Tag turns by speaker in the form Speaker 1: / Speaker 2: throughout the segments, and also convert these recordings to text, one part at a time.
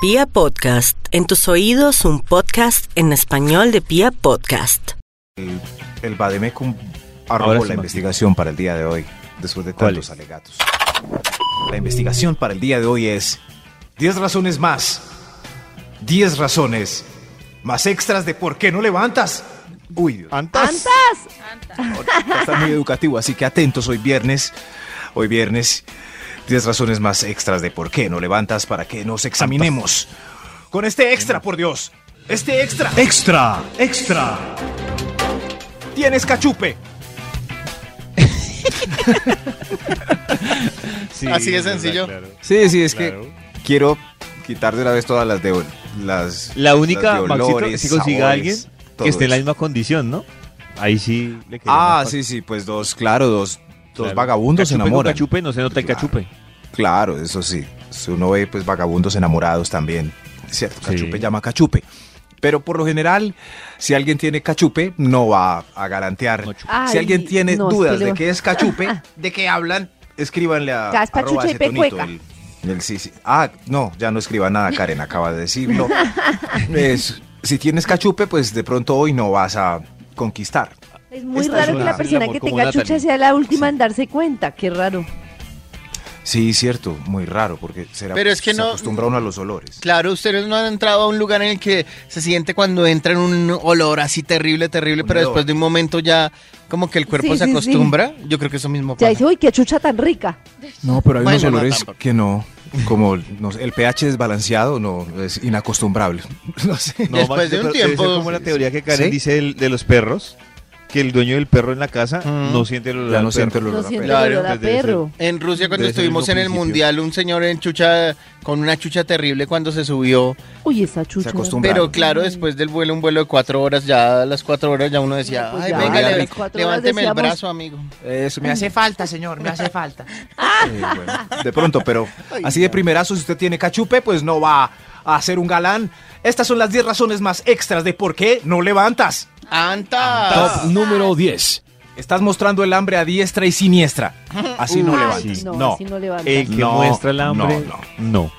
Speaker 1: Pia Podcast, en tus oídos un podcast en español de Pia Podcast.
Speaker 2: El, el Bademecum
Speaker 3: Ahora
Speaker 2: arrojó
Speaker 3: sí,
Speaker 2: la
Speaker 3: Maxi.
Speaker 2: investigación para el día de hoy, después de
Speaker 3: ¿Cuál
Speaker 2: tantos
Speaker 3: es?
Speaker 2: alegatos. La investigación para el día de hoy es 10 razones más, 10 razones más extras de por qué no levantas. Uy, Dios,
Speaker 3: ¿Antas?
Speaker 2: está muy educativo, así que atentos hoy viernes, hoy viernes, 10 razones más extras de por qué no levantas para que nos examinemos. Con este extra, por Dios, este extra,
Speaker 3: ¡Extra! ¡Extra!
Speaker 2: tienes cachupe.
Speaker 4: Así de sencillo.
Speaker 2: Sí, sí, es que quiero quitar de una vez todas las de ol- las
Speaker 3: La única,
Speaker 2: las de
Speaker 3: Maxito,
Speaker 2: olores,
Speaker 3: es que consiga a alguien
Speaker 2: sabores, todo
Speaker 3: que esté en la
Speaker 2: eso.
Speaker 3: misma condición, ¿no? Ahí sí le
Speaker 2: Ah, sí, sí, pues dos, claro, dos, dos vagabundos se enamoran.
Speaker 3: Cachupe, no se nota el
Speaker 2: Claro.
Speaker 3: cachupe.
Speaker 2: Claro, eso sí. Si Uno ve pues vagabundos enamorados también. Cierto, cachupe
Speaker 3: Sí.
Speaker 2: llama cachupe. Pero por lo general, si alguien tiene cachupe, no va a garantear.
Speaker 3: No chupa.
Speaker 2: si
Speaker 5: Ay,
Speaker 2: alguien tiene
Speaker 5: no, es
Speaker 2: dudas
Speaker 5: que
Speaker 2: de
Speaker 5: lo-
Speaker 2: qué es cachupe, de qué hablan, escríbanle a
Speaker 5: Caspa,
Speaker 2: arroba
Speaker 5: chucha y
Speaker 2: ese tonito,
Speaker 5: pecueca.
Speaker 2: el- el sí, sí. Ah, no, ya no escriba nada, Karen, acaba de decirlo. Es- si tienes cachupe, pues de pronto hoy no vas a conquistar.
Speaker 5: Es muy
Speaker 2: Esta
Speaker 5: raro
Speaker 2: es
Speaker 5: que
Speaker 2: una-
Speaker 5: la persona
Speaker 3: el amor
Speaker 5: que
Speaker 3: como
Speaker 5: tenga
Speaker 3: Natalie.
Speaker 5: chucha sea la última en darse cuenta. Qué raro.
Speaker 2: Sí, cierto, muy raro, porque será,
Speaker 4: Pero es que
Speaker 2: se
Speaker 4: no-
Speaker 2: acostumbra uno a los olores.
Speaker 4: Claro, ustedes no han entrado a un lugar en el que se siente cuando entra en un olor así terrible, terrible,
Speaker 2: Un
Speaker 4: pero
Speaker 2: hedor.
Speaker 4: después de un momento ya como que el cuerpo
Speaker 5: Sí,
Speaker 4: se
Speaker 5: sí, sí.
Speaker 4: acostumbra. Yo creo que eso mismo
Speaker 5: Ya
Speaker 4: pasa.
Speaker 5: dice, uy, qué chucha tan rica.
Speaker 2: No, pero hay unos
Speaker 4: Bueno, no,
Speaker 2: olores
Speaker 4: tampoco.
Speaker 2: que no, como no sé, el pH desbalanceado, no, es inacostumbrable. No sé.
Speaker 3: Maxito,
Speaker 4: Después de un
Speaker 3: pero debe ser
Speaker 4: tiempo-
Speaker 3: como la teoría que Karen
Speaker 2: ¿Sí?
Speaker 3: dice del- de los perros, que el dueño del perro en la casa
Speaker 4: Mm.
Speaker 3: no siente el olor
Speaker 2: Ya
Speaker 3: al
Speaker 2: no siento el
Speaker 3: perro.
Speaker 2: olor
Speaker 5: No
Speaker 2: a
Speaker 5: siento
Speaker 2: pelo.
Speaker 4: Claro,
Speaker 5: olor a
Speaker 3: pues debe ser.
Speaker 5: perro.
Speaker 4: En
Speaker 3: Debe
Speaker 4: Rusia cuando
Speaker 3: ser el
Speaker 4: estuvimos
Speaker 3: mismo
Speaker 4: en el
Speaker 3: principio.
Speaker 4: mundial, un señor en chucha con una chucha terrible cuando se subió,
Speaker 5: Uy, esa chucha.
Speaker 2: acostumbra. Bravo.
Speaker 4: pero
Speaker 5: Mm.
Speaker 4: claro, después del vuelo, un vuelo de cuatro horas, ya a las cuatro horas ya uno decía,
Speaker 5: Pues
Speaker 4: ay,
Speaker 5: ya,
Speaker 4: venga,
Speaker 2: a las
Speaker 4: le-
Speaker 5: cuatro horas
Speaker 4: levánteme el
Speaker 5: decíamos-
Speaker 4: brazo, amigo.
Speaker 2: Eso me hace
Speaker 6: falta, señor, me hace falta.
Speaker 5: Ah.
Speaker 2: Eh, bueno, de pronto, pero así de primerazo, si usted tiene cachupe, pues no va a ser un galán. Estas son las 10 razones más extras de por qué no levantas.
Speaker 5: Ah.
Speaker 4: ¡Anta!
Speaker 7: número 10.
Speaker 2: Estás mostrando el hambre a diestra y siniestra. Así no
Speaker 5: Ay,
Speaker 2: levantas.
Speaker 5: no,
Speaker 2: No,
Speaker 5: así no levanta.
Speaker 3: El que
Speaker 2: No,
Speaker 3: muestra el hambre,
Speaker 2: no,
Speaker 3: no.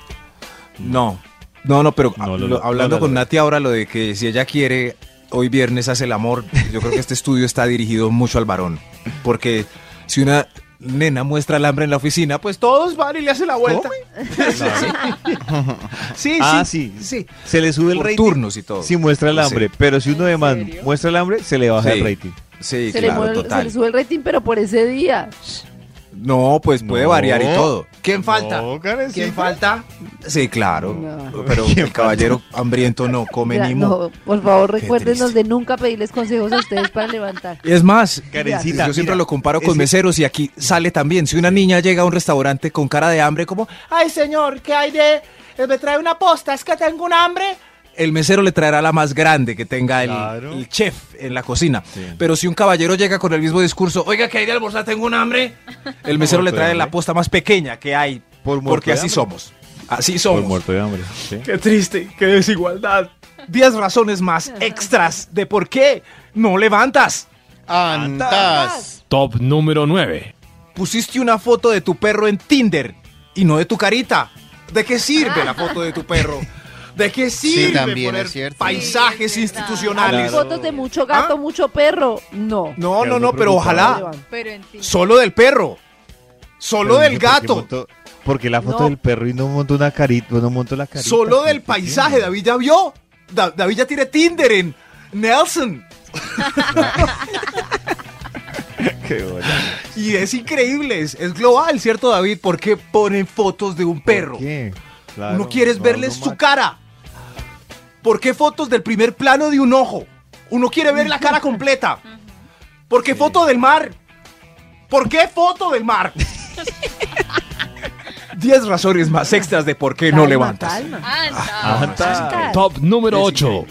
Speaker 2: no. No, no, pero
Speaker 3: No,
Speaker 2: ah,
Speaker 3: lo-
Speaker 2: lo-
Speaker 3: lo-
Speaker 2: hablando
Speaker 3: no, lo-
Speaker 2: con Nati ahora, lo de que si ella quiere, hoy viernes hace el amor, yo creo que este estudio está dirigido mucho al varón. Porque si una nena muestra el hambre en la oficina, pues todos van y le hacen la vuelta. Sí,
Speaker 3: Ah,
Speaker 2: sí,
Speaker 3: sí.
Speaker 2: sí.
Speaker 3: Se le sube el
Speaker 2: Por
Speaker 3: rating
Speaker 2: turnos y todo.
Speaker 3: si muestra el
Speaker 2: Sí.
Speaker 3: hambre, pero si uno de man
Speaker 5: serio?
Speaker 3: muestra el hambre, se le baja
Speaker 2: Sí.
Speaker 3: el rating.
Speaker 2: Sí,
Speaker 5: se,
Speaker 2: claro,
Speaker 5: le mueve- se
Speaker 2: total.
Speaker 5: le sube el rating, pero por ese día.
Speaker 2: No, pues puede
Speaker 3: No.
Speaker 2: variar y todo. ¿Quién
Speaker 3: No, Karencita.
Speaker 2: falta? Sí, claro.
Speaker 5: No.
Speaker 2: Pero el caballero hambriento no come
Speaker 5: Ya,
Speaker 2: ni mu.
Speaker 5: no, por favor,
Speaker 2: Qué
Speaker 5: recuérdenos
Speaker 2: triste.
Speaker 5: de nunca pedirles consejos a ustedes para levantar.
Speaker 2: Es más,
Speaker 3: Karencita,
Speaker 2: yo siempre
Speaker 3: mira,
Speaker 2: lo comparo con
Speaker 3: ese-
Speaker 2: meseros y aquí sale también. Si una niña llega a un restaurante con cara de hambre, como,
Speaker 6: Ay, señor, ¿qué hay de...? eh, Me trae una posta, es que tengo un hambre.
Speaker 2: el mesero le traerá la más grande que tenga el,
Speaker 3: Claro.
Speaker 2: el chef en la cocina.
Speaker 3: Sí.
Speaker 2: Pero si un caballero llega con el mismo discurso, oiga, que hay de almorzar, tengo un hambre, el mesero le
Speaker 3: Muerto de
Speaker 2: trae la
Speaker 3: hambre.
Speaker 2: posta más pequeña que hay.
Speaker 3: Por muerto
Speaker 2: porque
Speaker 3: de
Speaker 2: así
Speaker 3: hambre.
Speaker 2: somos. Así
Speaker 3: Por
Speaker 2: somos.
Speaker 3: muerto de hambre. sí.
Speaker 2: Qué triste, qué desigualdad. 10 razones más extras de por qué no levantas.
Speaker 4: ¡Antas!
Speaker 7: Top número 9.
Speaker 2: Pusiste una foto de tu perro en Tinder y no de tu carita. ¿De qué sirve la foto de tu perro? ¿De qué sirve
Speaker 4: también
Speaker 2: poner
Speaker 4: es cierto.
Speaker 2: paisajes
Speaker 8: Sí, es verdad.
Speaker 5: Ah,
Speaker 2: institucionales?
Speaker 5: Fotos de mucho gato,
Speaker 2: ¿Ah?
Speaker 5: mucho perro. No.
Speaker 2: No, no,
Speaker 3: Quedando
Speaker 2: no, pero
Speaker 3: preocupado.
Speaker 2: ojalá.
Speaker 5: Levan-
Speaker 8: Pero en ti.
Speaker 2: Solo del perro. Solo
Speaker 3: Pero
Speaker 2: del
Speaker 3: dije, ¿por qué
Speaker 2: gato.
Speaker 3: monto- Porque la foto
Speaker 5: No.
Speaker 3: del perro y no monto una carita, no monto la carita.
Speaker 2: Solo
Speaker 3: ¿Qué-
Speaker 2: del
Speaker 3: qué
Speaker 2: paisaje.
Speaker 3: tiene?
Speaker 2: David ya vio. Da- David ya tiene Tinder en Nelson.
Speaker 3: Qué bola.
Speaker 2: Y es increíble, es, es global, ¿cierto, David? ¿Por qué ponen fotos de un perro?
Speaker 3: ¿Por qué? Claro,
Speaker 2: No quieres
Speaker 3: no,
Speaker 2: verles
Speaker 3: no
Speaker 2: su
Speaker 3: ma-
Speaker 2: cara. ¿Por qué fotos del primer plano de un ojo? Uno quiere ver la cara completa. ¿Por qué foto del mar? ¿Por qué foto del mar? Diez razones más extras de por qué no
Speaker 5: Calma,
Speaker 2: levantas.
Speaker 5: calma.
Speaker 8: Anta.
Speaker 5: Levantar.
Speaker 7: Top número 8.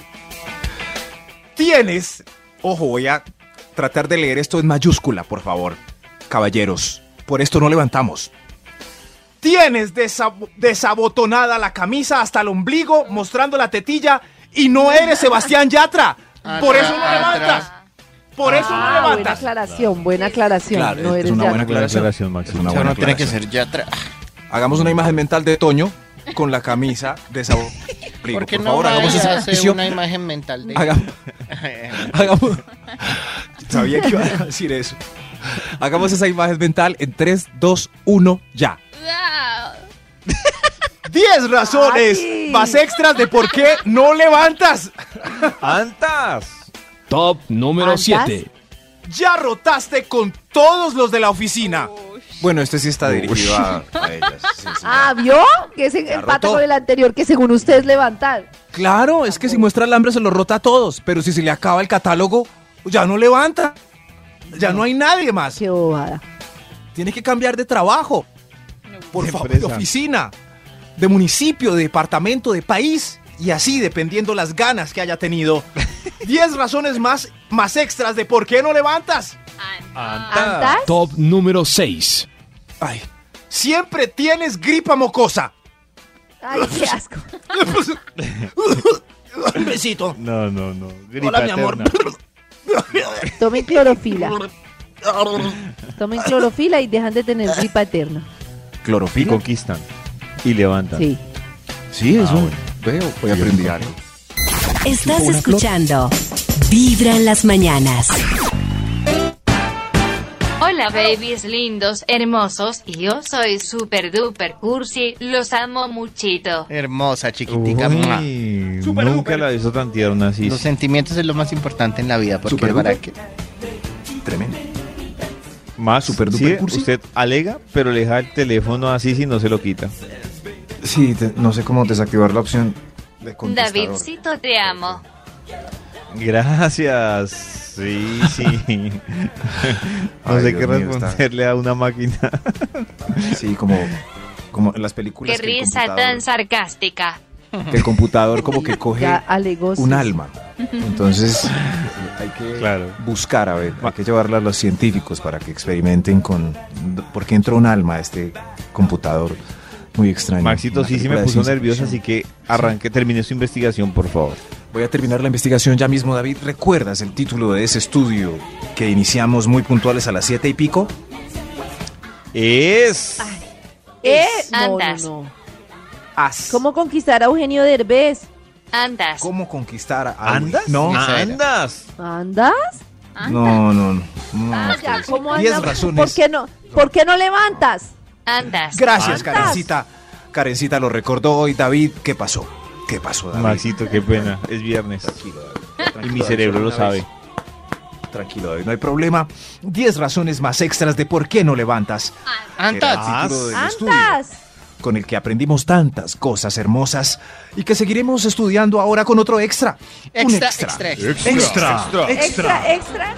Speaker 2: Tienes, ojo, voy a tratar de leer esto en mayúscula, por favor. Caballeros, por esto no levantamos. Tienes desab- desabotonada la camisa hasta el ombligo, mostrando la tetilla, y no eres Sebastián Yatra. Por eso no
Speaker 4: Atrás.
Speaker 2: levantas. Por eso no
Speaker 5: Ah, buena
Speaker 2: levantas.
Speaker 5: aclaración, buena aclaración.
Speaker 2: Claro,
Speaker 5: no
Speaker 2: es
Speaker 5: eres
Speaker 2: una
Speaker 5: ya-
Speaker 2: buena
Speaker 3: Buena
Speaker 2: aclaración.
Speaker 3: aclaración, Maxi.
Speaker 2: Es una
Speaker 4: O sea,
Speaker 2: buena
Speaker 4: uno tiene que
Speaker 2: aclaración.
Speaker 4: ser ya... tra-
Speaker 2: Hagamos una imagen mental de Toño con la camisa desabotonada. Por,
Speaker 4: Porque no
Speaker 2: favor, hagamos
Speaker 4: vaya
Speaker 2: ese
Speaker 4: a hacer
Speaker 2: ejercicio.
Speaker 4: una imagen mental de
Speaker 2: Haga- hagamos- Sabía que iba a decir eso. Hagamos esa imagen mental en 3, 2, 1, ya. 10 razones
Speaker 5: Ay.
Speaker 2: más extras de por qué no levantas.
Speaker 3: ¡Antas!
Speaker 7: Top número
Speaker 5: ¿Andas?
Speaker 7: 7.
Speaker 2: Ya rotaste con todos los de la oficina. Bueno, este sí está
Speaker 3: Ush.
Speaker 2: dirigido a, a ellas. sí, sí.
Speaker 5: Ah, ¿vio? Que se empata
Speaker 2: rotó.
Speaker 5: con el anterior, que según ustedes levantar.
Speaker 2: Claro, es que si muestra el hambre se lo rota a todos, pero si se le acaba el catálogo, ya no levanta. Ya no hay nadie más.
Speaker 5: Qué bobada.
Speaker 2: Tiene que cambiar de trabajo. Por
Speaker 3: De
Speaker 2: favor, de
Speaker 3: empresa.
Speaker 2: oficina, de municipio, de departamento, de país. Y así, dependiendo las ganas que haya tenido. 10 razones más, más extras de por qué no levantas.
Speaker 8: Ah.
Speaker 2: Ah,
Speaker 5: ¿Antas?
Speaker 7: Top número 6.
Speaker 2: Ay, siempre tienes gripa mocosa.
Speaker 5: Ay, qué asco.
Speaker 2: Un besito.
Speaker 3: No, no, no. Gripa
Speaker 2: Hola, mi amor.
Speaker 3: eterna.
Speaker 5: Tomen clorofila. Tomen clorofila y dejan de tener gripa eterna.
Speaker 3: Y
Speaker 2: Clorofila.
Speaker 3: conquistan. Y levantan.
Speaker 5: Sí.
Speaker 2: Sí, eso
Speaker 3: Ah, bueno.
Speaker 2: veo. Voy a aprender algo.
Speaker 1: Estás escuchando Vibra en las mañanas.
Speaker 8: Hola babies lindos, hermosos, y yo soy super duper cursi, los amo muchito.
Speaker 4: hermosa, chiquitica. mua.
Speaker 3: Uy, nunca la he visto tan tierna así.
Speaker 4: Los sentimientos es lo más importante en la vida, porque
Speaker 2: Super
Speaker 4: para
Speaker 2: duper.
Speaker 4: que
Speaker 2: Tremendo.
Speaker 3: Más
Speaker 2: Super
Speaker 3: super
Speaker 2: duper cursi.
Speaker 3: Usted alega, pero le deja el teléfono así si no se lo quita.
Speaker 2: Sí, te- no sé cómo desactivar la opción de contestador.
Speaker 8: Davidcito, te amo.
Speaker 3: Gracias. Sí, sí. no
Speaker 2: Ay,
Speaker 3: sé
Speaker 2: Dios
Speaker 3: qué
Speaker 2: mío, está-
Speaker 3: responderle a una máquina.
Speaker 2: Sí, como, como en las
Speaker 8: Qué
Speaker 2: películas. que el
Speaker 8: risa
Speaker 2: computador-
Speaker 8: tan sarcástica.
Speaker 2: que el computador como que coge
Speaker 5: Ya alegó.
Speaker 2: Pues un alma. Entonces hay que
Speaker 3: Claro.
Speaker 2: buscar, a ver, hay que llevarla a los científicos para que experimenten con por qué entró un alma a este computador muy extraño.
Speaker 3: Maxito
Speaker 2: Una
Speaker 3: sí, sí
Speaker 2: película
Speaker 3: me
Speaker 2: de
Speaker 3: puso
Speaker 2: ciencia
Speaker 3: nervioso, así
Speaker 2: ficción.
Speaker 3: que arranque, termine su investigación, por favor.
Speaker 2: Voy a terminar la investigación ya mismo, David. ¿Recuerdas el título de ese estudio que iniciamos muy puntuales a las siete y pico?
Speaker 3: Es.
Speaker 5: ¿Eh? No,
Speaker 8: Andas.
Speaker 5: no, no.
Speaker 2: As.
Speaker 5: ¿Cómo conquistar a Eugenio Derbez?
Speaker 8: Andas.
Speaker 2: ¿Cómo conquistar a
Speaker 3: ¿Andas?
Speaker 2: No,
Speaker 4: Esa era.
Speaker 3: ¿Andas?
Speaker 5: ¿Andas?
Speaker 2: no, no. no, no.
Speaker 5: Ya, ¿cómo
Speaker 2: Ah, Diez
Speaker 5: andas?
Speaker 2: razones.
Speaker 5: ¿Por qué no, ¿por qué no levantas?
Speaker 8: Andas.
Speaker 2: Gracias,
Speaker 5: ¿Andas?
Speaker 2: Karencita. Karencita lo recordó hoy, David. ¿Qué pasó? ¿Qué pasó, David?
Speaker 3: Maxito, qué pena. Es viernes.
Speaker 2: Tranquilo, David.
Speaker 3: Y
Speaker 2: Tranquilo,
Speaker 3: mi
Speaker 2: David,
Speaker 3: cerebro lo
Speaker 2: una vez.
Speaker 3: sabe.
Speaker 2: Tranquilo, David, no hay problema. 10 razones más extras de por qué no levantas.
Speaker 4: Antas.
Speaker 2: Era el título del estudio
Speaker 5: ¡Andas!
Speaker 2: con el que aprendimos tantas cosas hermosas y que seguiremos estudiando ahora con otro extra. Un
Speaker 4: Extra,
Speaker 2: extra.
Speaker 4: extra,
Speaker 2: Extra.
Speaker 5: Extra, extra.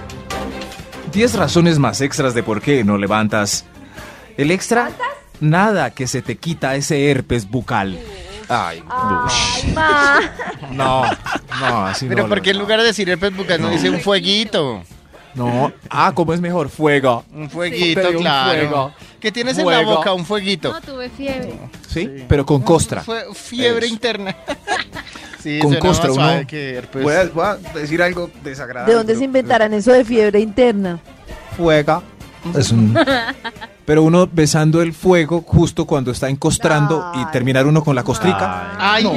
Speaker 2: 10 razones más extras de por qué no levantas. El extra, nada que se te quita ese herpes bucal. Ay,
Speaker 5: Ay, ma.
Speaker 2: No, no, así
Speaker 4: Pero
Speaker 2: no,
Speaker 4: porque en
Speaker 2: no.
Speaker 4: lugar de decir el pez bucal, no dice un fueguito.
Speaker 2: No, ah, ¿cómo es mejor? Fuego.
Speaker 4: Un fueguito,
Speaker 2: Pedí un
Speaker 4: claro.
Speaker 2: fuego.
Speaker 4: ¿Qué tienes en
Speaker 2: Fuego.
Speaker 4: la boca? Un fueguito.
Speaker 9: tuve fiebre.
Speaker 2: ¿Sí? Pero con costra.
Speaker 4: Fue fiebre
Speaker 2: Eso.
Speaker 4: interna. Sí,
Speaker 2: Con
Speaker 4: suena más
Speaker 2: costra, uno-
Speaker 4: suave que herpes.
Speaker 2: Voy a, voy a decir algo desagradable.
Speaker 5: ¿De dónde se inventarán eso de fiebre interna?
Speaker 2: Fuego. Es un- Pero uno besando el fuego justo cuando está encostrando
Speaker 5: Ay.
Speaker 2: y terminar uno con la costrica.
Speaker 4: ¡Ay, no!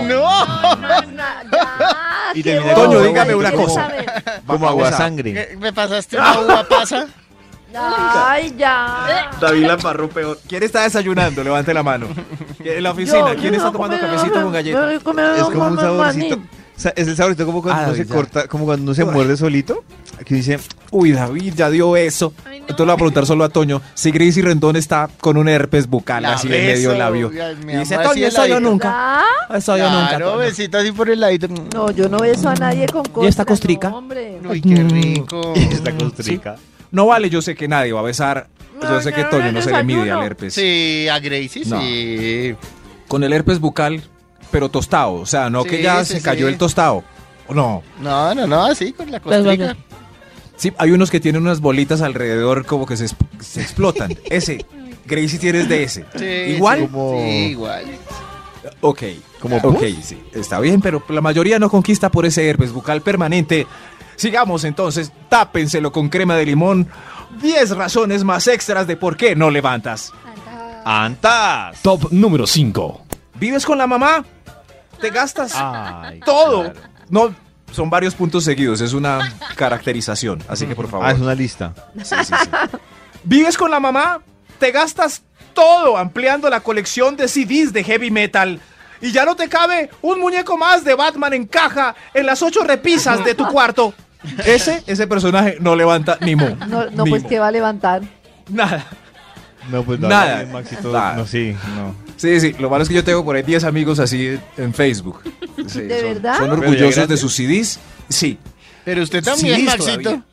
Speaker 3: Y
Speaker 5: qué
Speaker 3: termina
Speaker 5: bobo,
Speaker 2: Toño,
Speaker 5: hay
Speaker 2: dígame
Speaker 5: que
Speaker 2: una cosa.
Speaker 5: saber.
Speaker 3: Como agua sangre.
Speaker 4: ¿Qué- ¿Me pasaste una uva pasa?
Speaker 5: Ay, ya.
Speaker 2: David la embarró peor. ¿Quién está desayunando? Levante la mano. En la
Speaker 5: Yo,
Speaker 2: oficina,
Speaker 5: yo
Speaker 2: ¿quién
Speaker 5: me
Speaker 2: está
Speaker 5: voy a
Speaker 2: tomando
Speaker 5: comer-
Speaker 2: cafecito con
Speaker 5: me
Speaker 2: galletas?
Speaker 5: voy a comer
Speaker 3: Es como un
Speaker 5: maní.
Speaker 3: saborcito. O sea, es el saborcito como cuando
Speaker 2: Ah,
Speaker 3: uno se
Speaker 2: ya.
Speaker 3: corta, como cuando uno se muerde solito. Aquí dice,
Speaker 2: Uy, David ya dio eso.
Speaker 9: Ay, no.
Speaker 2: Entonces le voy a preguntar solo a Toño si Gracie Rendón está con un herpes bucal
Speaker 4: La
Speaker 2: así en medio
Speaker 4: beso,
Speaker 2: labio.
Speaker 4: ay, mi
Speaker 2: Y dice,
Speaker 4: amor, así
Speaker 2: Toño,
Speaker 4: de
Speaker 2: eso yo
Speaker 4: ladito".
Speaker 2: nunca.
Speaker 5: Ah,
Speaker 2: Eso yo nunca.
Speaker 4: Claro,
Speaker 2: Toño".
Speaker 4: besito así por el ladito.
Speaker 5: No, yo no beso a nadie con costra.
Speaker 2: esta costrica?
Speaker 5: no, hombre.
Speaker 4: Uy, qué rico.
Speaker 3: esta costrica.
Speaker 2: No vale, yo sé que nadie va a besar. yo
Speaker 5: No,
Speaker 2: sé
Speaker 5: yo
Speaker 2: que
Speaker 5: no
Speaker 2: Toño no se le
Speaker 5: desayuno.
Speaker 2: mide al herpes.
Speaker 4: Sí, a Gracie,
Speaker 2: No.
Speaker 4: sí.
Speaker 2: Con el herpes bucal, pero tostado. O sea, no que
Speaker 4: Sí,
Speaker 2: ya
Speaker 4: sí,
Speaker 2: se
Speaker 4: sí.
Speaker 2: cayó el tostado. No.
Speaker 4: No, no, no, así con la costrica.
Speaker 2: Sí, hay unos que tienen unas bolitas alrededor como que se, es- se explotan. ese. Gracie tienes de ese.
Speaker 4: Sí,
Speaker 2: Igual.
Speaker 4: sí, sí, igual.
Speaker 2: Ok. Como ok, sí. Está bien, pero la mayoría no conquista por ese herpes bucal permanente. Sigamos entonces, tápenselo con crema de limón. 10 razones más extras de por qué no levantas.
Speaker 3: ¡Antas!
Speaker 7: Top número 5.
Speaker 2: ¿Vives con la mamá? ¿Te gastas
Speaker 3: Ay,
Speaker 2: todo?
Speaker 3: Ah, claro.
Speaker 2: No, son varios puntos seguidos, es una caracterización, así que por favor.
Speaker 3: Ah, es una lista.
Speaker 2: Sí, sí, sí. ¿Vives con la mamá? Te gastas todo ampliando la colección de CDs de heavy metal. Y ya no te cabe un muñeco más de Batman en caja en las ocho repisas de tu cuarto. Ese, ese personaje no levanta ni mo.
Speaker 5: No, no
Speaker 2: ni
Speaker 5: pues
Speaker 2: mo.
Speaker 5: que va a levantar.
Speaker 2: Nada.
Speaker 3: No, pues
Speaker 2: Nada.
Speaker 3: bien, Maxito,
Speaker 2: Nada.
Speaker 3: No, sí, no.
Speaker 2: Sí, sí, lo malo es que yo tengo por ahí 10 amigos así en Facebook. Sí,
Speaker 5: ¿De
Speaker 2: son-
Speaker 5: verdad?
Speaker 2: Son
Speaker 3: Pero ya
Speaker 2: orgullosos de
Speaker 3: grandes.
Speaker 2: sus CDs. Sí.
Speaker 4: Pero usted también,
Speaker 2: CDs
Speaker 4: Maxito.
Speaker 2: todavía.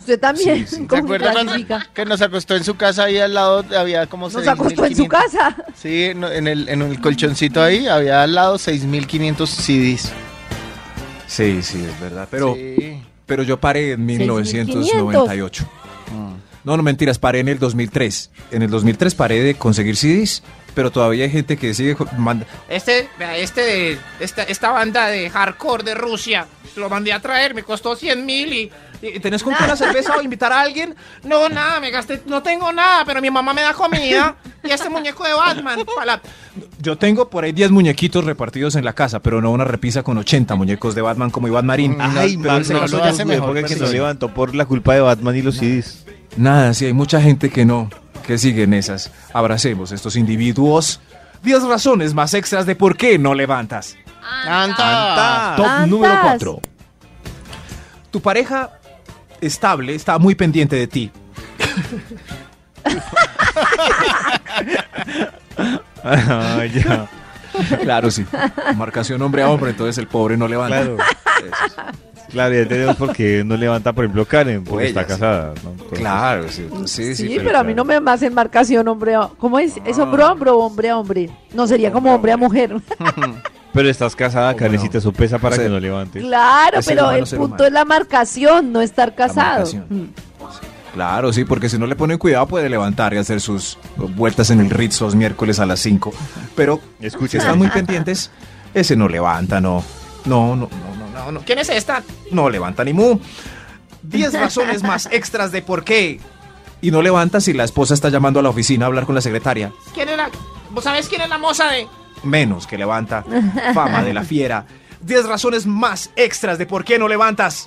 Speaker 5: Usted
Speaker 2: Sí,
Speaker 5: también.
Speaker 2: sí.
Speaker 4: ¿Se
Speaker 5: ¿cómo se
Speaker 4: acuerda cuando-
Speaker 5: clasifica?
Speaker 4: que nos acostó en su casa ahí al lado había como
Speaker 5: Nos
Speaker 4: 6.500?
Speaker 5: acostó en su casa.
Speaker 4: Sí, no, en el, en el colchoncito ahí había al lado 6.500 CDs.
Speaker 2: Sí, sí, es verdad. Pero,
Speaker 4: Sí.
Speaker 2: pero yo paré en 1998. No, no mentiras, paré en el 2003. En el 2003 paré de conseguir CDs, pero todavía hay gente que sigue co- manda.
Speaker 6: Este, vea, este de, esta, esta banda de hardcore de Rusia, lo mandé a traer, me costó 100 mil y...
Speaker 2: ¿Y ¿Tenés con qué una cerveza o invitar a alguien?
Speaker 6: No, nada, me gasté, no tengo nada, pero mi mamá me da comida y este muñeco de Batman. pa' la-
Speaker 2: Yo tengo por ahí 10 muñequitos repartidos en la casa, pero no una repisa con 80 muñecos de Batman como Iván Marín. Ah,
Speaker 3: Ay,
Speaker 2: pero
Speaker 3: Max,
Speaker 2: ese-
Speaker 4: no
Speaker 3: no,
Speaker 4: lo
Speaker 3: lo
Speaker 4: hace
Speaker 3: hace
Speaker 4: mejor,
Speaker 3: porque que
Speaker 4: pero
Speaker 3: no
Speaker 4: sí.
Speaker 3: levantó por la culpa de Batman y los CDs.
Speaker 2: Nada, sí, hay mucha gente que no, que siguen esas. Abracemos estos individuos. 10 razones más extras de por qué no levantas.
Speaker 3: Ah,
Speaker 4: Anta.
Speaker 2: Top
Speaker 5: Tantas.
Speaker 2: número 4. Tu pareja estable está muy pendiente de ti.
Speaker 3: Ay, ya.
Speaker 2: Claro, sí. Marcación hombre a hombre, entonces el pobre no levanta.
Speaker 3: Claro. Claro, ya tenemos porque no levanta, por ejemplo, Karen, porque
Speaker 2: ella,
Speaker 3: está
Speaker 2: Pues sí.
Speaker 3: casada. ¿no? Entonces,
Speaker 2: Claro, sí. Sí, Mm, sí,
Speaker 5: Sí,
Speaker 2: pero- Ah.
Speaker 5: pero a mí no me más enmarcación hombre a... ¿Cómo es? ¿Es hombre a hombre o hombre a hombre? No, sería como hombre a mujer.
Speaker 3: Pero estás casada,
Speaker 2: ¿Cómo
Speaker 3: Karencita, eso pesa para
Speaker 2: O sea,
Speaker 3: que no levante.
Speaker 5: claro,
Speaker 2: Es ser
Speaker 5: pero
Speaker 2: humano,
Speaker 5: el
Speaker 2: ser
Speaker 5: punto
Speaker 2: humano.
Speaker 5: es la marcación, no estar casado. Mm.
Speaker 2: marcación. Claro, sí, porque si no le ponen cuidado puede levantar y hacer sus vueltas en el Ritz los miércoles a las 5. Pero si
Speaker 3: Escucha,
Speaker 2: están muy pendientes, ese no levanta, no. No, no, no, no, no, no.
Speaker 6: ¿Quién es esta?
Speaker 2: No levanta ni mu. 10 razones más extras de por qué. Y no levanta si la esposa está llamando a la oficina a hablar con la secretaria.
Speaker 6: ¿Quién es la... ¿Vos sabés quién es la moza de...?
Speaker 2: Menos que levanta. Fama de la fiera. 10 razones más extras de por qué no levantas.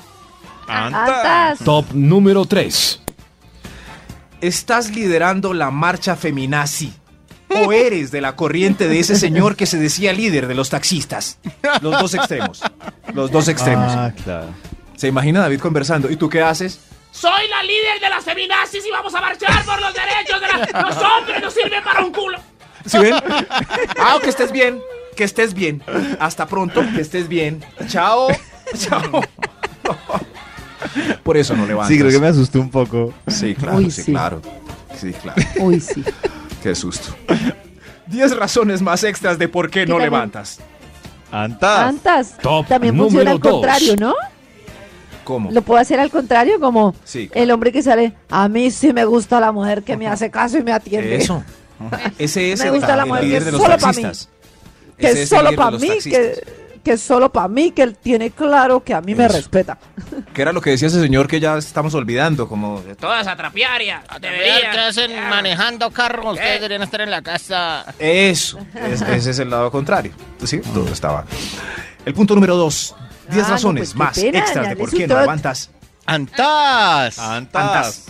Speaker 5: Antas.
Speaker 7: Top número 3.
Speaker 2: estás liderando la marcha feminazi. O eres de la corriente de ese señor que se decía líder de los taxistas. Los dos extremos. Los dos extremos.
Speaker 3: Ah, claro.
Speaker 2: Se imagina David conversando. ¿Y tú qué haces?
Speaker 6: Soy la líder de las feminazis y vamos a marchar por los derechos de la- los hombres. No sirven para un culo.
Speaker 2: ¿Sí ven? Ah, que estés bien. Que estés bien. Hasta pronto. Que estés bien. Chao. Chao. Por eso no levantas.
Speaker 3: Sí, creo que me asusté un poco.
Speaker 2: Sí, claro,
Speaker 5: Uy,
Speaker 2: sí,
Speaker 5: sí.
Speaker 2: claro. Sí, claro.
Speaker 5: Uy, sí.
Speaker 2: Qué susto. Diez razones más extras de por qué
Speaker 5: Que
Speaker 2: no
Speaker 5: también-
Speaker 2: levantas.
Speaker 3: Antas.
Speaker 5: Antas.
Speaker 7: Top
Speaker 5: También funciona
Speaker 7: número
Speaker 5: al contrario,
Speaker 7: dos.
Speaker 5: ¿no?
Speaker 2: ¿Cómo?
Speaker 5: Lo puedo hacer al contrario, como
Speaker 2: Sí, claro.
Speaker 5: el hombre que sale, a mí sí me gusta la mujer que me hace caso y me atiende.
Speaker 2: Eso. Ese es
Speaker 5: Me
Speaker 2: el,
Speaker 5: gusta
Speaker 2: ta-
Speaker 5: la
Speaker 2: el
Speaker 5: mujer
Speaker 2: líder
Speaker 5: que
Speaker 2: de los
Speaker 5: solo pa' mí.
Speaker 2: taxistas.
Speaker 5: Que
Speaker 2: Ese
Speaker 5: es
Speaker 2: el
Speaker 5: solo
Speaker 2: líder de
Speaker 5: para
Speaker 2: los
Speaker 5: mí,
Speaker 2: taxistas.
Speaker 5: que, que es solo para mí, que él tiene claro que a mí me
Speaker 2: Eso.
Speaker 5: respeta.
Speaker 2: Que era lo que decía ese señor que ya estamos olvidando, como...
Speaker 6: Todas a trapearia.
Speaker 4: Deberían que hacen manejando carros, ustedes deberían estar en la casa.
Speaker 2: Eso. Es- ese es el lado contrario. Sí,
Speaker 3: Ah.
Speaker 2: todo estaba... El punto número dos. Diez
Speaker 5: Ah, no,
Speaker 2: razones
Speaker 5: pues, qué
Speaker 2: más
Speaker 5: pena,
Speaker 2: extras de
Speaker 5: dale
Speaker 2: por
Speaker 5: su
Speaker 2: qué no
Speaker 5: tot.
Speaker 2: levantas.
Speaker 4: Antas.
Speaker 3: Ah.
Speaker 2: Antas.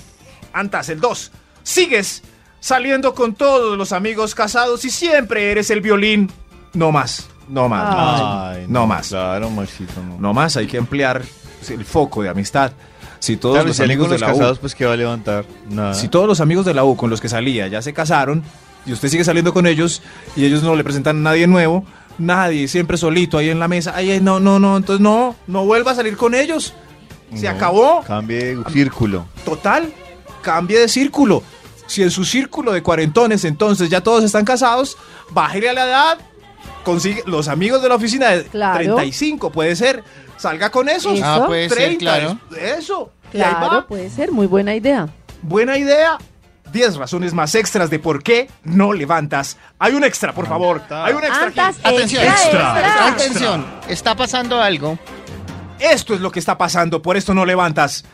Speaker 2: Antas, el dos. Sigues saliendo con todos los amigos casados y siempre eres el violín. No más. No más. no más.
Speaker 3: Ay,
Speaker 2: no más.
Speaker 3: Claro, Maxito, no.
Speaker 2: No más, hay que ampliar el foco de amistad. Si todos
Speaker 3: Claro,
Speaker 2: los
Speaker 3: si salen
Speaker 2: amigos
Speaker 3: con
Speaker 2: de
Speaker 3: los
Speaker 2: la U-
Speaker 3: casados, pues ¿qué va a levantar? Nada.
Speaker 2: Si todos los amigos de la U con los que salía ya se casaron y usted sigue saliendo con ellos y ellos no le presentan a nadie nuevo, nadie, siempre solito ahí en la mesa, ay, ay, no, no, no, entonces no, no vuelva a salir con ellos. Se
Speaker 3: No,
Speaker 2: acabó,
Speaker 3: Cambie de círculo.
Speaker 2: total, cambie de círculo. Si en su círculo de cuarentones entonces ya todos están casados, bájele a la edad, consigue los amigos de la oficina de
Speaker 5: Claro.
Speaker 2: 35, puede ser, salga con esos.
Speaker 5: Eso.
Speaker 4: Ah, puede ser,
Speaker 2: 30,
Speaker 4: claro.
Speaker 2: eso. y ahí va.
Speaker 5: Claro, puede ser, muy buena idea.
Speaker 2: Buena idea. 10 razones más extras de por qué no levantas. Hay un extra, por favor. Hay un extra. aquí.
Speaker 5: Antas,
Speaker 4: Atención.
Speaker 5: extra, extra.
Speaker 4: Atención, está pasando algo.
Speaker 2: Esto es lo que está pasando. Por esto no levantas.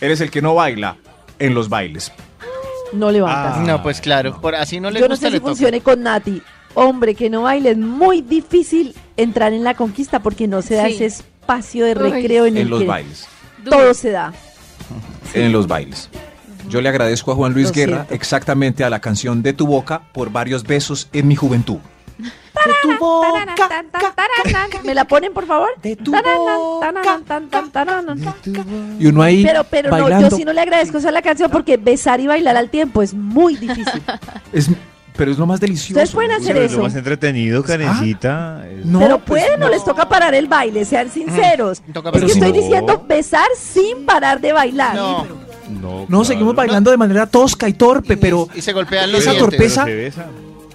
Speaker 2: Eres el que no baila en los bailes.
Speaker 5: No levantas.
Speaker 3: Ah,
Speaker 4: no, pues claro, por así no le
Speaker 5: Yo no
Speaker 4: gusta
Speaker 5: sé si
Speaker 4: le toca.
Speaker 5: funcione con Nati. hombre que no baile es muy difícil entrar en la conquista porque no se da
Speaker 9: Sí.
Speaker 5: ese espacio de
Speaker 9: Ay.
Speaker 5: recreo en,
Speaker 2: en
Speaker 5: el
Speaker 2: los
Speaker 5: que
Speaker 2: bailes.
Speaker 5: todo se da.
Speaker 2: En los bailes. Yo le agradezco a Juan Luis
Speaker 5: Lo
Speaker 2: Guerra,
Speaker 5: siento.
Speaker 2: exactamente a la canción de tu boca, por varios besos en mi juventud.
Speaker 5: ¿Me la ponen, por favor?
Speaker 2: De tu
Speaker 5: Taranan, taranan, tan, tan, taranan.
Speaker 2: Y uno ahí
Speaker 5: Pero, pero no, yo
Speaker 2: bailando.
Speaker 5: sí no le agradezco eso a la canción porque besar y bailar al tiempo es muy difícil.
Speaker 2: Es- pero es lo más delicioso.
Speaker 5: Ustedes pueden hacer
Speaker 3: Pero
Speaker 5: eso.
Speaker 3: Lo más entretenido, Karencita. es-
Speaker 2: Pues, ah, No,
Speaker 5: pero
Speaker 2: pues
Speaker 5: pueden, no les toca parar el baile, sean sinceros.
Speaker 4: Toca
Speaker 5: Es
Speaker 2: Pero
Speaker 5: que
Speaker 2: si
Speaker 5: estoy
Speaker 2: no-
Speaker 5: diciendo besar sin parar de bailar.
Speaker 4: No,
Speaker 3: No,
Speaker 2: No, seguimos
Speaker 3: claro.
Speaker 2: bailando de manera tosca y torpe, pero
Speaker 4: y se golpean los
Speaker 2: esa
Speaker 4: dientes.
Speaker 2: torpeza-
Speaker 3: Pero se besa.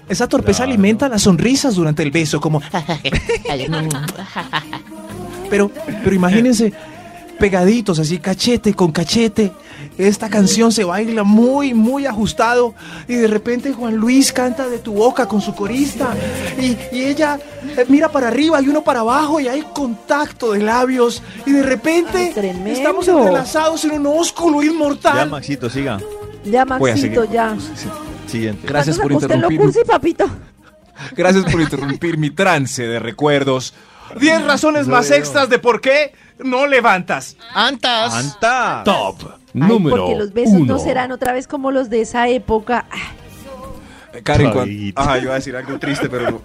Speaker 2: esa torpeza
Speaker 3: Claro.
Speaker 2: alimenta las sonrisas durante el beso, como... "Ah, pero, pero imagínense, pegaditos así, cachete con cachete. Esta canción se baila muy, muy ajustado. Y de repente Juan Luis canta de tu boca con su corista. Y, y ella eh, mira para arriba y uno para abajo y hay contacto de labios. Y de
Speaker 5: Ay,
Speaker 2: repente
Speaker 5: tremendo.
Speaker 2: estamos entrelazados en un ósculo
Speaker 3: Ya,
Speaker 2: inmortal.
Speaker 3: Maxito, siga.
Speaker 5: Ya,
Speaker 2: Voy a seguir.
Speaker 5: Maxito, ya.
Speaker 3: Siguiente.
Speaker 2: Gracias por
Speaker 5: Usted lo
Speaker 2: interrumpir.
Speaker 5: cursi, papito.
Speaker 2: Gracias por interrumpir mi trance de recuerdos. 10 razones
Speaker 3: No
Speaker 2: más
Speaker 3: veo.
Speaker 2: extras de por qué no levantas.
Speaker 4: Antas.
Speaker 3: ¡Anta!
Speaker 7: Top
Speaker 5: Ah. Ay,
Speaker 7: número
Speaker 5: porque los besos
Speaker 7: uno.
Speaker 5: no serán otra vez como los de esa época. Ay,
Speaker 2: Eh, Karen, cuan-
Speaker 3: David.
Speaker 2: Ajá, yo iba a decir algo triste, pero no.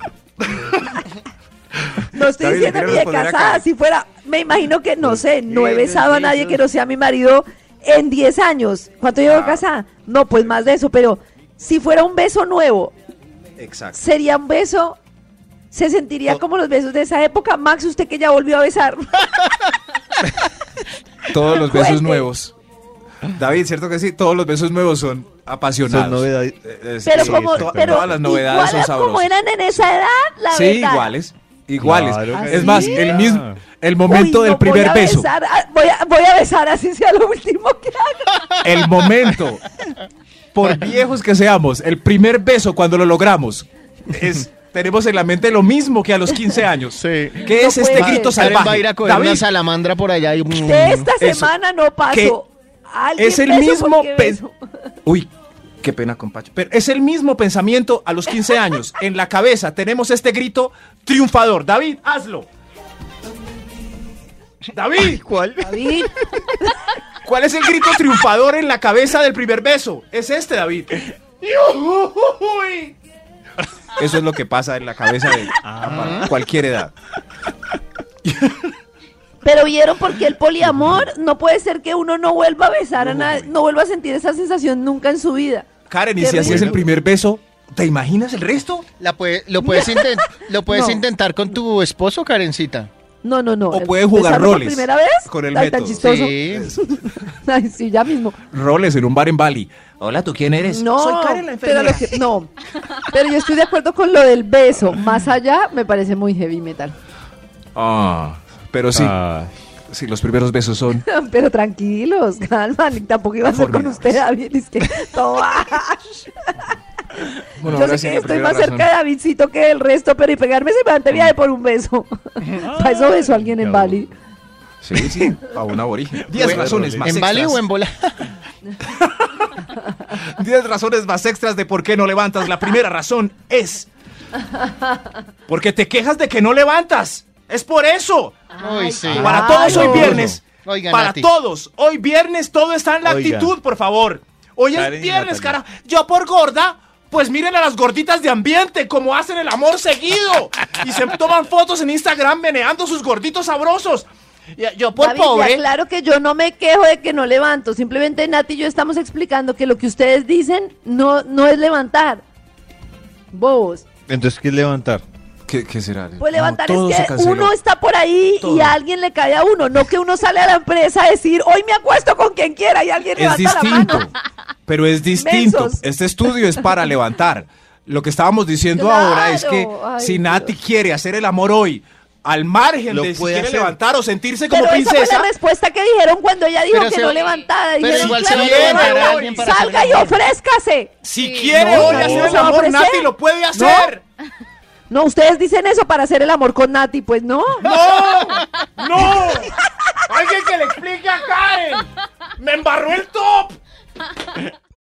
Speaker 5: No estoy
Speaker 2: David, ¿le quieres
Speaker 5: diciendo ni de
Speaker 2: responder a
Speaker 5: casada,
Speaker 2: Karen?
Speaker 5: si fuera, me imagino que
Speaker 2: Pues,
Speaker 5: no sé, no he
Speaker 3: qué
Speaker 5: besado a nadie
Speaker 3: besos?
Speaker 5: que no sea mi marido en 10 años. ¿Cuánto
Speaker 2: Ah.
Speaker 5: llevo casada? No, pues más de eso, pero si fuera un beso nuevo,
Speaker 2: Exacto.
Speaker 5: sería un beso, se sentiría como los besos de esa época. Max, usted que ya volvió a besar.
Speaker 2: Todos los besos
Speaker 5: Cuente.
Speaker 2: nuevos. David, ¿cierto que sí? Todos los besos nuevos son apasionados.
Speaker 3: Son novedades.
Speaker 2: Eh, eh,
Speaker 5: Pero
Speaker 2: sí,
Speaker 5: como,
Speaker 2: to-
Speaker 5: pero
Speaker 2: todas las novedades son
Speaker 5: igual a como
Speaker 2: sabrosas.
Speaker 5: eran en esa edad, la
Speaker 2: Sí,
Speaker 5: verdad.
Speaker 2: iguales. Iguales.
Speaker 3: Claro Ah.
Speaker 5: que
Speaker 2: es
Speaker 5: sí.
Speaker 2: más, el mismo, el
Speaker 5: Uy,
Speaker 2: momento
Speaker 5: no,
Speaker 2: del
Speaker 5: voy
Speaker 2: primer
Speaker 5: a
Speaker 2: beso.
Speaker 5: besar, ah, voy, a, voy a besar así sea lo último que haga.
Speaker 2: El momento. Por viejos que seamos, el primer beso cuando lo logramos es tenemos en la mente lo mismo que a los 15 años.
Speaker 4: Sí.
Speaker 2: ¿Qué
Speaker 5: No
Speaker 2: es este
Speaker 5: puede
Speaker 2: grito
Speaker 5: ser.
Speaker 4: Karen
Speaker 2: salvaje?
Speaker 4: va a ir a coger
Speaker 2: David,
Speaker 4: una salamandra por allá y... mm,
Speaker 5: De esta
Speaker 2: Mm, eso.
Speaker 5: semana no pasó. Alguien
Speaker 2: es el
Speaker 5: besó
Speaker 2: mismo pens-
Speaker 5: porque besó.
Speaker 2: Uy, qué pena con Pacho. Pero es el mismo pensamiento a los 15 años. En la cabeza tenemos este grito triunfador. David, hazlo. David,
Speaker 4: ¿Cuál?
Speaker 5: David,
Speaker 2: ¿cuál es el grito triunfador en la cabeza del primer beso? Es este, David. Uy. Eso es lo que pasa en la cabeza de a cualquier edad.
Speaker 5: Pero vieron porque el poliamor no puede ser que uno no vuelva a besar a nadie, no vuelva a sentir esa sensación nunca en su vida.
Speaker 2: Karen, y
Speaker 5: Qué
Speaker 2: si así es
Speaker 5: rico.
Speaker 2: el primer beso, ¿te imaginas el resto?
Speaker 4: La puede- lo puedes, inten- lo puedes
Speaker 5: No.
Speaker 4: intentar con tu esposo, Karencita.
Speaker 5: No, no, no.
Speaker 2: O puede jugar
Speaker 5: ¿Besarlo
Speaker 2: roles
Speaker 5: por primera vez?
Speaker 2: con el
Speaker 5: Ay, tan
Speaker 2: método.
Speaker 5: chistoso.
Speaker 4: Sí.
Speaker 5: Ay, sí, ya mismo.
Speaker 2: Roles en un bar en Bali. Hola, ¿tú quién eres?
Speaker 5: No, pero lo que- no. Pero yo estoy de acuerdo con lo del beso. Más allá me parece muy heavy metal.
Speaker 2: Ah, pero sí,
Speaker 3: Ah,
Speaker 2: sí, los primeros besos son
Speaker 5: Pero tranquilos, calma, ni tampoco iba a ser con
Speaker 2: Formidables.
Speaker 5: usted, David. Es que todo.
Speaker 2: Bueno,
Speaker 5: yo
Speaker 2: ahora sí,
Speaker 5: sé que
Speaker 2: la
Speaker 5: yo estoy
Speaker 2: primera
Speaker 5: más cerca de Davidcito que del resto, pero y pegarme semejante viaje por un beso. Para eso beso a alguien en
Speaker 3: ya.
Speaker 5: Bali.
Speaker 2: Sí, sí, a un aborigen. eh, Diez
Speaker 4: Bueno,
Speaker 2: razones
Speaker 3: ¿en
Speaker 2: más
Speaker 4: ¿En
Speaker 2: extras.
Speaker 4: Bali o en Bola?
Speaker 2: Diez razones más extras de por qué no levantas. La primera razón es... Porque te quejas de que no levantas. Es por eso.
Speaker 4: Ay, sí.
Speaker 5: Claro.
Speaker 2: Para todos hoy viernes.
Speaker 4: Oiga,
Speaker 2: para
Speaker 4: Nati.
Speaker 2: todos. Hoy viernes todo está en la
Speaker 3: Oiga.
Speaker 2: actitud, por favor. Hoy
Speaker 3: Karen
Speaker 2: es
Speaker 3: y
Speaker 2: viernes,
Speaker 3: Natalia.
Speaker 2: cara. Yo por gorda, pues miren a las gorditas de ambiente como hacen el amor seguido. y se toman fotos en Instagram meneando sus gorditos sabrosos. Y- Yo por
Speaker 5: David,
Speaker 2: pobre.
Speaker 5: claro que yo no me quejo de que no levanto. Simplemente Nati y yo estamos explicando que lo que ustedes dicen no, no es levantar. Bobos.
Speaker 3: Entonces, ¿qué es levantar?
Speaker 2: ¿Qué, será?
Speaker 5: Pues levantar es que uno está por ahí y
Speaker 2: Todo.
Speaker 5: a alguien le cae a uno, no que uno sale a la empresa a decir, hoy me acuesto con quien quiera y alguien
Speaker 2: Es
Speaker 5: levanta la
Speaker 2: distinto.
Speaker 5: mano.
Speaker 2: Pero es distinto.
Speaker 5: Mensos.
Speaker 2: Este estudio es para levantar. Lo que estábamos diciendo
Speaker 5: Claro,
Speaker 2: ahora es que
Speaker 5: ay,
Speaker 2: si
Speaker 5: Dios.
Speaker 2: Nati quiere hacer el amor hoy, al margen
Speaker 3: Lo
Speaker 2: de si
Speaker 3: puede
Speaker 2: quiere
Speaker 3: hacer.
Speaker 2: levantar o sentirse como
Speaker 5: Pero esa fue
Speaker 2: princesa,
Speaker 5: la respuesta que dijeron cuando ella dijo
Speaker 4: Pero
Speaker 5: que
Speaker 4: se-
Speaker 5: no levantaba.
Speaker 4: pero
Speaker 5: Dijeron,
Speaker 4: igual
Speaker 2: se
Speaker 5: "Claro
Speaker 2: lo
Speaker 5: que no
Speaker 2: llevan a
Speaker 5: levantar,
Speaker 2: alguien
Speaker 4: para
Speaker 5: Salga
Speaker 4: hacer
Speaker 5: y
Speaker 4: el amor".
Speaker 5: ofrécase.
Speaker 2: si
Speaker 8: Sí.
Speaker 2: quiere
Speaker 5: No,
Speaker 2: hoy
Speaker 5: no,
Speaker 2: hacer el
Speaker 5: no,
Speaker 2: amor,
Speaker 5: ofrecer.
Speaker 2: Nati lo puede hacer.
Speaker 5: No, ustedes dicen eso para hacer el amor con Nati, pues no.
Speaker 2: ¡No! ¡No! ¡Alguien que le explique a Karen! ¡Me embarró el top!